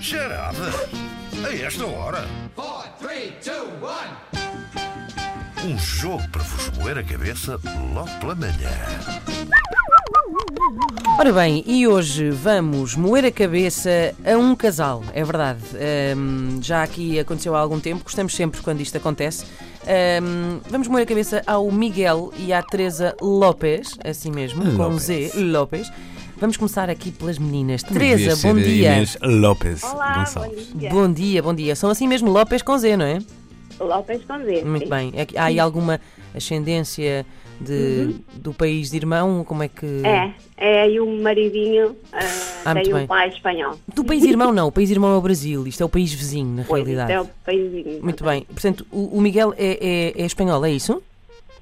Charada? A esta hora? four, three, two, one. Um jogo para vos moer a cabeça logo pela manhã. Ora bem, e hoje vamos moer a cabeça a um casal, é verdade. Ahm, já aqui aconteceu há algum tempo, gostamos sempre quando isto acontece. Ahm, vamos moer a cabeça ao Miguel e à Teresa Lopes, assim mesmo, com Lopes. Z, Lopes. Vamos começar aqui pelas meninas. Devia Teresa, ser bom dia. Inês Lopes Olá, Gonçalves. bom dia. Bom dia, bom dia. São assim mesmo Lopes com Z, não é? Lopes Condé. Muito bem. É que Há aí alguma ascendência de- do país de irmão? Como é que. Uhum. É, é, e o maridinho ah, Ah, tem muito um bem. pai espanhol. Do país irmão, não. O país irmão é o Brasil. Isto é o país vizinho, na Pois, realidade. É o paizinho. Muito bem. Portanto, o, o Miguel é, é- é espanhol, é isso?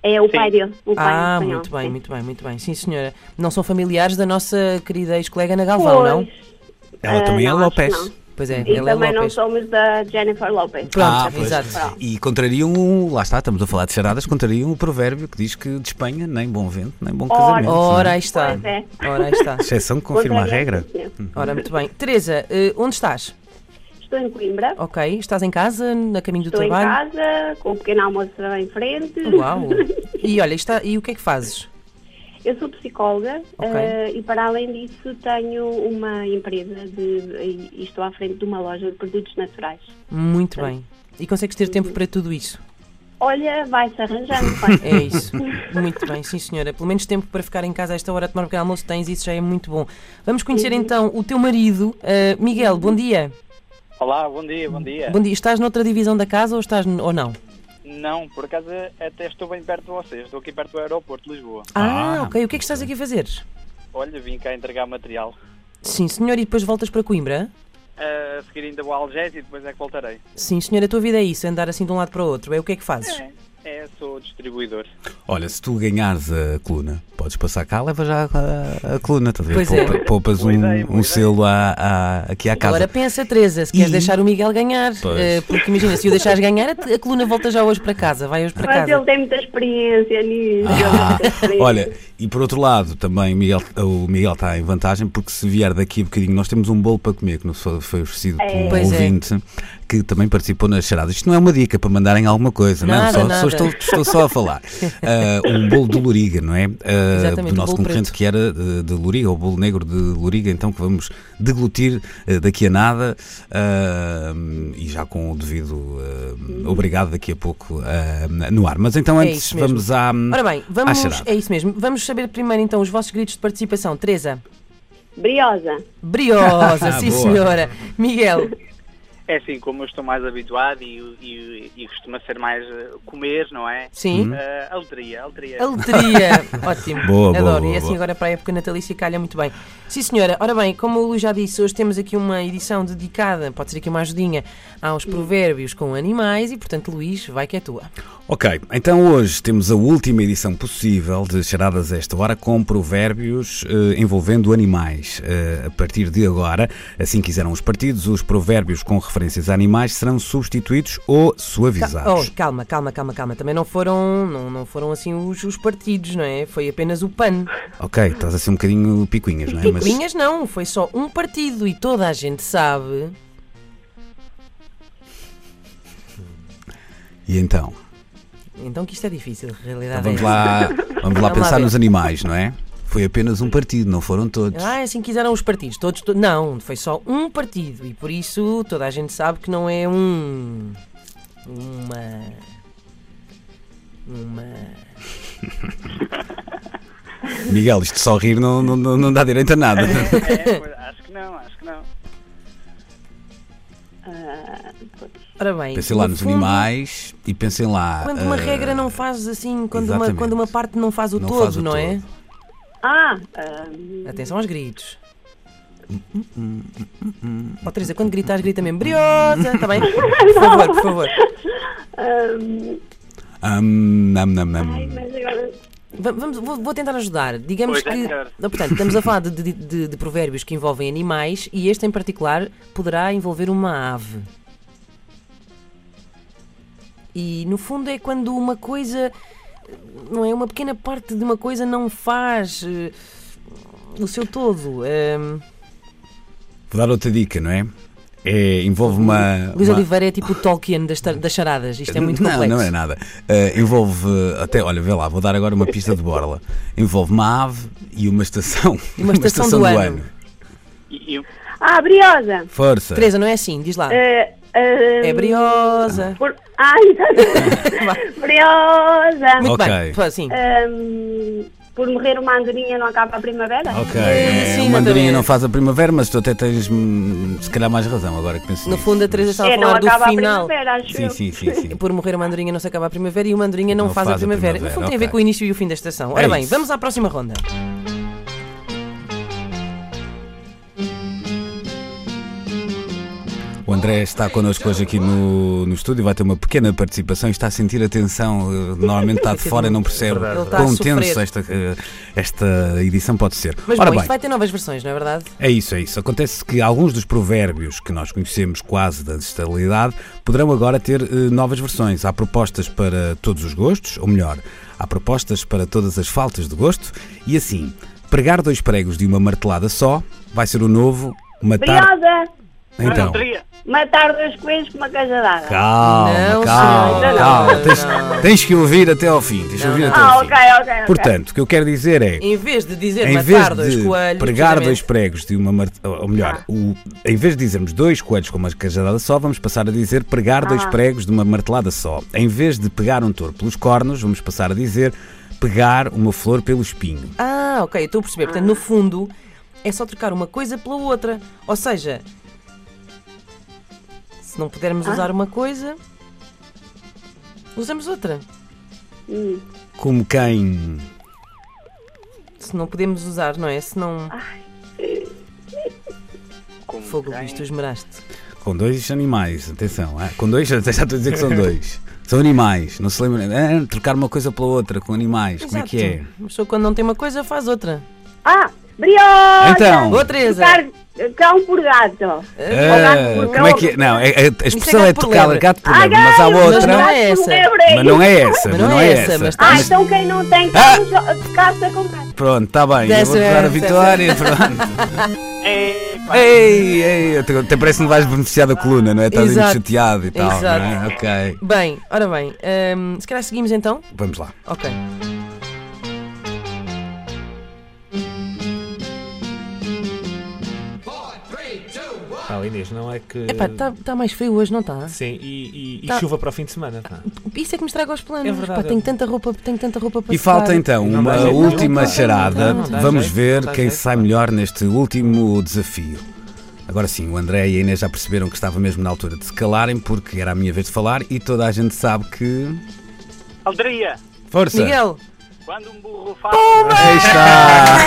É o pai dele, o pai ah, espanhol. muito bem, Sim. muito bem, muito bem. Sim, senhora. Não são familiares da nossa querida ex-colega Ana Galvão, não? Pois, Ela ah, também é não, acho que Lopes. não. Pois é, E ela é também não Lopes. somos da Jennifer Lopes. Pronto, ah, pois. exato. Pronto. E contrariam, o- lá está, estamos a falar de charadas, contrariam o provérbio que diz que de Espanha nem bom vento, nem bom Ora. casamento. não é? Ora, aí está. Pois é. Ora, aí está. Exceção que confirma a Contraria- regra. Hum. Sim. Ora, muito bem. Teresa, eh, onde estás? Estou em Coimbra, Ok, estás em casa, na caminho do estou em trabalho? casa, com o pequeno almoço em frente. Uau! E olha, está, e o que é que fazes? Eu sou psicóloga Ok. eh, e, para além disso, tenho uma empresa de, e estou à frente de uma loja de produtos naturais. Muito bem. E consegues ter tempo para tudo isso? Olha, vai-se arranjando. vai. É isso. Muito bem, sim senhora. Pelo menos tempo para ficar em casa a esta hora a tomar um pequeno almoço tens, isso já é muito bom. Vamos conhecer então o teu marido, ah, Miguel, bom dia. Olá, bom dia, bom dia. Bom dia. Estás noutra divisão da casa ou estás n- ou não? Não, por acaso até estou bem perto de vocês, estou aqui perto do aeroporto de Lisboa. Ah, Ah, ok. O que é que estás aqui a fazer? Olha, vim cá entregar material. Sim, senhor, e depois voltas para Coimbra? Ah, a seguir ainda vou a Algés e depois é que voltarei. Sim, senhora, a tua vida é isso, andar assim de um lado para o outro. É o que é que fazes? É, sou distribuidor. Olha, se tu ganhares a coluna, podes passar cá, leva já a, a coluna, estás a ver? Pois é. Poupa- Poupas um, Boa ideia, boa um ideia. selo à- à- aqui à casa. Agora pensa, Teresa, se queres E- deixar o Miguel ganhar, Pois. ah, porque imagina, se o deixares ganhar, a te- a coluna volta já hoje para casa, vai hoje para Mas ele casa. tem muita experiência nisso. ele tem Ah, muita experiência. olha, e por outro lado, também o Miguel, o Miguel está em vantagem porque se vier daqui a bocadinho, nós temos um bolo para comer que nos foi foi oferecido por um Pois é. ouvinte que também participou nas charadas. Isto não é uma dica para mandarem alguma coisa, Nada, não, é? só, nada. só estou, estou só a falar. Ah, um bolo de Loriga, não é? Ah, Exatamente, do nosso bolo concorrente preto. que era ah, de, de Loriga, o bolo negro de Loriga, então que vamos deglutir ah, daqui a nada ah, e já com o devido ah, obrigado daqui a pouco ah, no ar. Mas então É antes isso mesmo. vamos à. Ora bem, à vamos. charada. É isso mesmo. Vamos saber primeiro então os vossos gritos de participação. Teresa, Briosa. briosa, sim Ah, Boa. senhora. Miguel, É assim, como eu estou mais habituado e, e, e costuma ser mais eh, comer, não é? sim. Uhum. Ah, alteria, alteria. A loteria. Ótimo. Boa, boa, Adoro. boa, e assim boa. agora para a época natalícia calha muito bem. Sim, senhora. Ora bem, como o Luís já disse, hoje temos aqui uma edição dedicada, pode ser aqui uma ajudinha, aos provérbios com animais e, portanto, Luís, vai que é tua. Tá. Ok, então hoje temos a última edição possível de Charadas a esta hora com provérbios eh, envolvendo animais. Eh, a partir de agora, assim quiseram os partidos, os provérbios com referências a animais serão substituídos ou suavizados. Oh, calma, calma, calma, calma. Também não foram, não, não foram assim os, os partidos, não é? Foi apenas o PAN. Ok, estás a ser um bocadinho picuinhas, não é? Mas- Linhas não, foi só um partido e toda a gente sabe. E então? Então que isto é difícil, na realidade. Então vamos é lá, vamos lá Vamos lá pensar ver. nos animais, não é? Foi apenas um partido, não foram todos. Ah, assim quiseram os partidos. Todos, to- Não, foi só um partido e por isso toda a gente sabe que não é um. Uma. Uma. Miguel, isto só rir não, não, não não dá direito a nada. É, pois, acho que não, acho que não. Ora bem. Pensem lá no nos fundo, animais e pensem lá. Quando uma eh, regra não faz assim, quando uma, exatamente. quando uma parte não faz o Não todo, faz o não é? todo. Ah, ah, Atenção aos gritos. Hum, Ó Teresa, quando gritares, grita mesmo briosa, está bem? Por favor, por favor. Hum, nam, nam, nam. ai, mas agora. Va- Vamos, vou, vou tentar ajudar. Digamos Pois, é que. melhor. Não, portanto, estamos a falar de, de- de- de provérbios que envolvem animais e este em particular poderá envolver uma ave. E no fundo é quando uma coisa. Não é? Uma pequena parte de uma coisa não faz eh, o seu todo. Ehm, Vou dar outra dica, não é? É, envolve uma. Luís uma- Oliveira é tipo o Tolkien das, tar- das charadas. Isto é muito não, complexo. não é nada. Eh, envolve eh, até, olha, vê lá, vou dar agora uma pista de borla. Envolve uma ave e uma estação. E uma estação do ano. E, e- Ah, briosa! Força. Teresa, não é assim? Diz lá. Eh, eh, É briosa. por- Ah, exato. briosa! Muito Ah, Ok. bem. Foi Eh, assim. Ahm, por morrer uma andorinha não acaba a primavera? Ok. Eh, sim, uma andorinha exatamente. não faz a primavera, mas tu até tens, hum, se calhar, mais razão agora que penso No nisso. fundo, a Teresa estava É, a não falar do acaba a final. primavera, acho Sim, eu. sim, sim. sim. Por morrer uma andorinha não se acaba a primavera e uma andorinha não, faz, a primavera. No fundo, tem a ver ok. com o início e o fim da estação. Ora É bem, isso. vamos à próxima ronda. O André está connosco hoje aqui no, no estúdio, vai ter uma pequena participação e está a sentir a tensão. eh, Normalmente está de fora e não percebe Ele está a quão sofrer. tenso esta, eh, esta edição pode ser. Mas Ora bom, bem, isto vai ter novas versões, não é verdade? é isso, é isso. Acontece que alguns dos provérbios que nós conhecemos quase da ancestralidade poderão agora ter eh, novas versões. Há propostas para todos os gostos, ou melhor, há propostas para todas as faltas de gosto e assim, pregar dois pregos de uma martelada só vai ser o novo matar. Briosa! Então. Teria. Matar dois coelhos com uma cajadada. Calma, Não, calma, senhora, calma. não. Tens, tens que ouvir até ao fim. Tens que ouvir até Ah, ao ok, fim. ok. ok. Portanto, o que eu quero dizer é. Em vez de dizer Em vez matar dois de coelhos. Ah. pregar dois precisamente, pregos de uma mart... ou melhor, o... em vez de dizermos dois coelhos com uma cajadada só, vamos passar a dizer pregar dois Ah. pregos de uma martelada só. Em vez de pegar um touro pelos cornos, vamos passar a dizer pegar uma flor pelo espinho. Ah, ok, eu estou a perceber. Portanto, no fundo, é só trocar uma coisa pela outra. Ou seja, se não pudermos usar uma coisa, usamos outra. Como quem. Se não podemos usar, não é? Se não. Como Fogo, quem? isto esmeraste. Com dois animais, atenção. ah, Com dois, já estou a dizer que são dois. São animais, não se lembra. Ah, trocar uma coisa pela outra com animais, como é que é? Exato. Uma pessoa quando não tem uma coisa faz outra. Ah, briosa! Então. Ô, Teresa! Trocar cão por gato. Ou gato Ah, por como é cão. que é? Não, é- é- a expressão gato é por tocar lebre. gato por Ah, lebre, mas há gato, outra. não gato é essa. por lebre. Mas não é essa, mas não é essa. mas Ah, Mas- então quem não tem cão Ah! jo- caça com gato. Pronto, está bem, eu Dessa vou dar a vez, vitória. Pronto. É, pá, ei, ei, até- até parece que não vais beneficiar da coluna, não é? Estás aí muito Exato. chateado e tal. não é? Exato. Ok, Bem, ora bem, hum, se calhar seguimos então? vamos lá. Ok. Eh, Ah, Inês, não é que. Epá, está tá mais feio hoje, não está? Sim, e, e- e Tá. chuva para o fim de semana. Pá. Isso é que me estraga os planos. É verdade. Pá, tenho tanta roupa, tenho tanta roupa para E secar. falta então Não dá uma jeito, não. última Não dá, charada. não dá Vamos jeito, ver não dá quem jeito. sai melhor neste último desafio. Agora sim, o André e a Inês já perceberam que estava mesmo na altura de se calarem, porque era a minha vez de falar e toda a gente sabe que. Alderia, Força! Miguel, quando um burro fala. Aí está!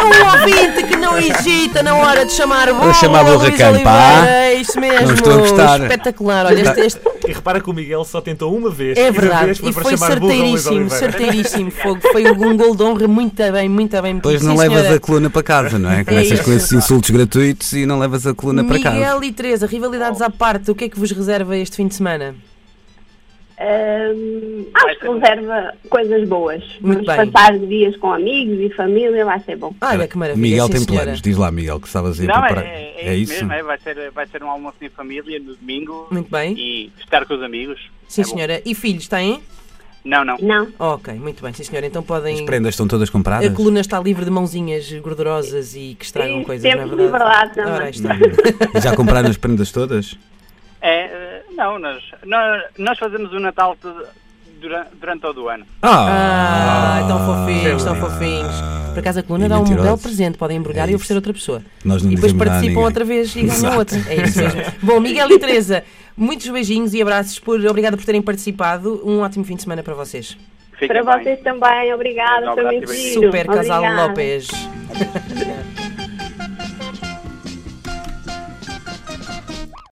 um ouvinte que não hesita na hora de chamar o chamar burro a quem, pá? É isso mesmo. Não estou a gostar. Espetacular. Olha, este, este- E repara que o Miguel só tentou uma vez. é e da verdade. vez E foi chamar burro ao Luís certeiríssimo, Oliveira. certeiríssimo. Fogo. Foi um gol de honra muito bem, muito bem. Depois metido. não Sim, levas senhora. a coluna para casa, não é? Começas com isso. esses insultos gratuitos e não levas a coluna para casa. Miguel e Teresa, rivalidades à parte, o que é que vos reserva este fim de semana? Ahm, acho que reserva coisas boas. Muito Vamos bem. passar dias com amigos e família, vai ser bom. Olha que maravilha. Miguel sim, tem senhora. planos, diz lá, Miguel, que estavas aí a Não, preparar. é, é, é isso mesmo, é, vai, ser, vai ser um almoço em família no domingo Muito bem. e estar com os amigos. Sim, É bom. senhora. E filhos têm? Não, não. Não. Ok, muito bem, sim, senhora. Então é. podem. As prendas estão todas compradas? A coluna está livre de mãozinhas gordurosas e que estragam Sim, coisas, temos não é verdade? liberdade também. Ora, aí está. E Já compraram as prendas todas? É, eh, não, nós, nós, nós fazemos o Natal todo- dura- durante todo o ano. Ah, tão fofinhos, tão Ah. fofinhos. Por acaso a coluna E dá um mentirosos. belo presente, podem embrulhar e É isso. oferecer a outra pessoa. Nós não e depois dizemos nada a participam ninguém. outra vez e ganham Exato. outra. É isso mesmo. Bom, Miguel e Teresa, muitos beijinhos e abraços. Por, obrigada por terem participado. Um ótimo fim de semana para vocês. Fiquem Para bem. vocês também, obrigada, Um foi abraço muito e beijinhos. giro. Super casal Obrigada. López.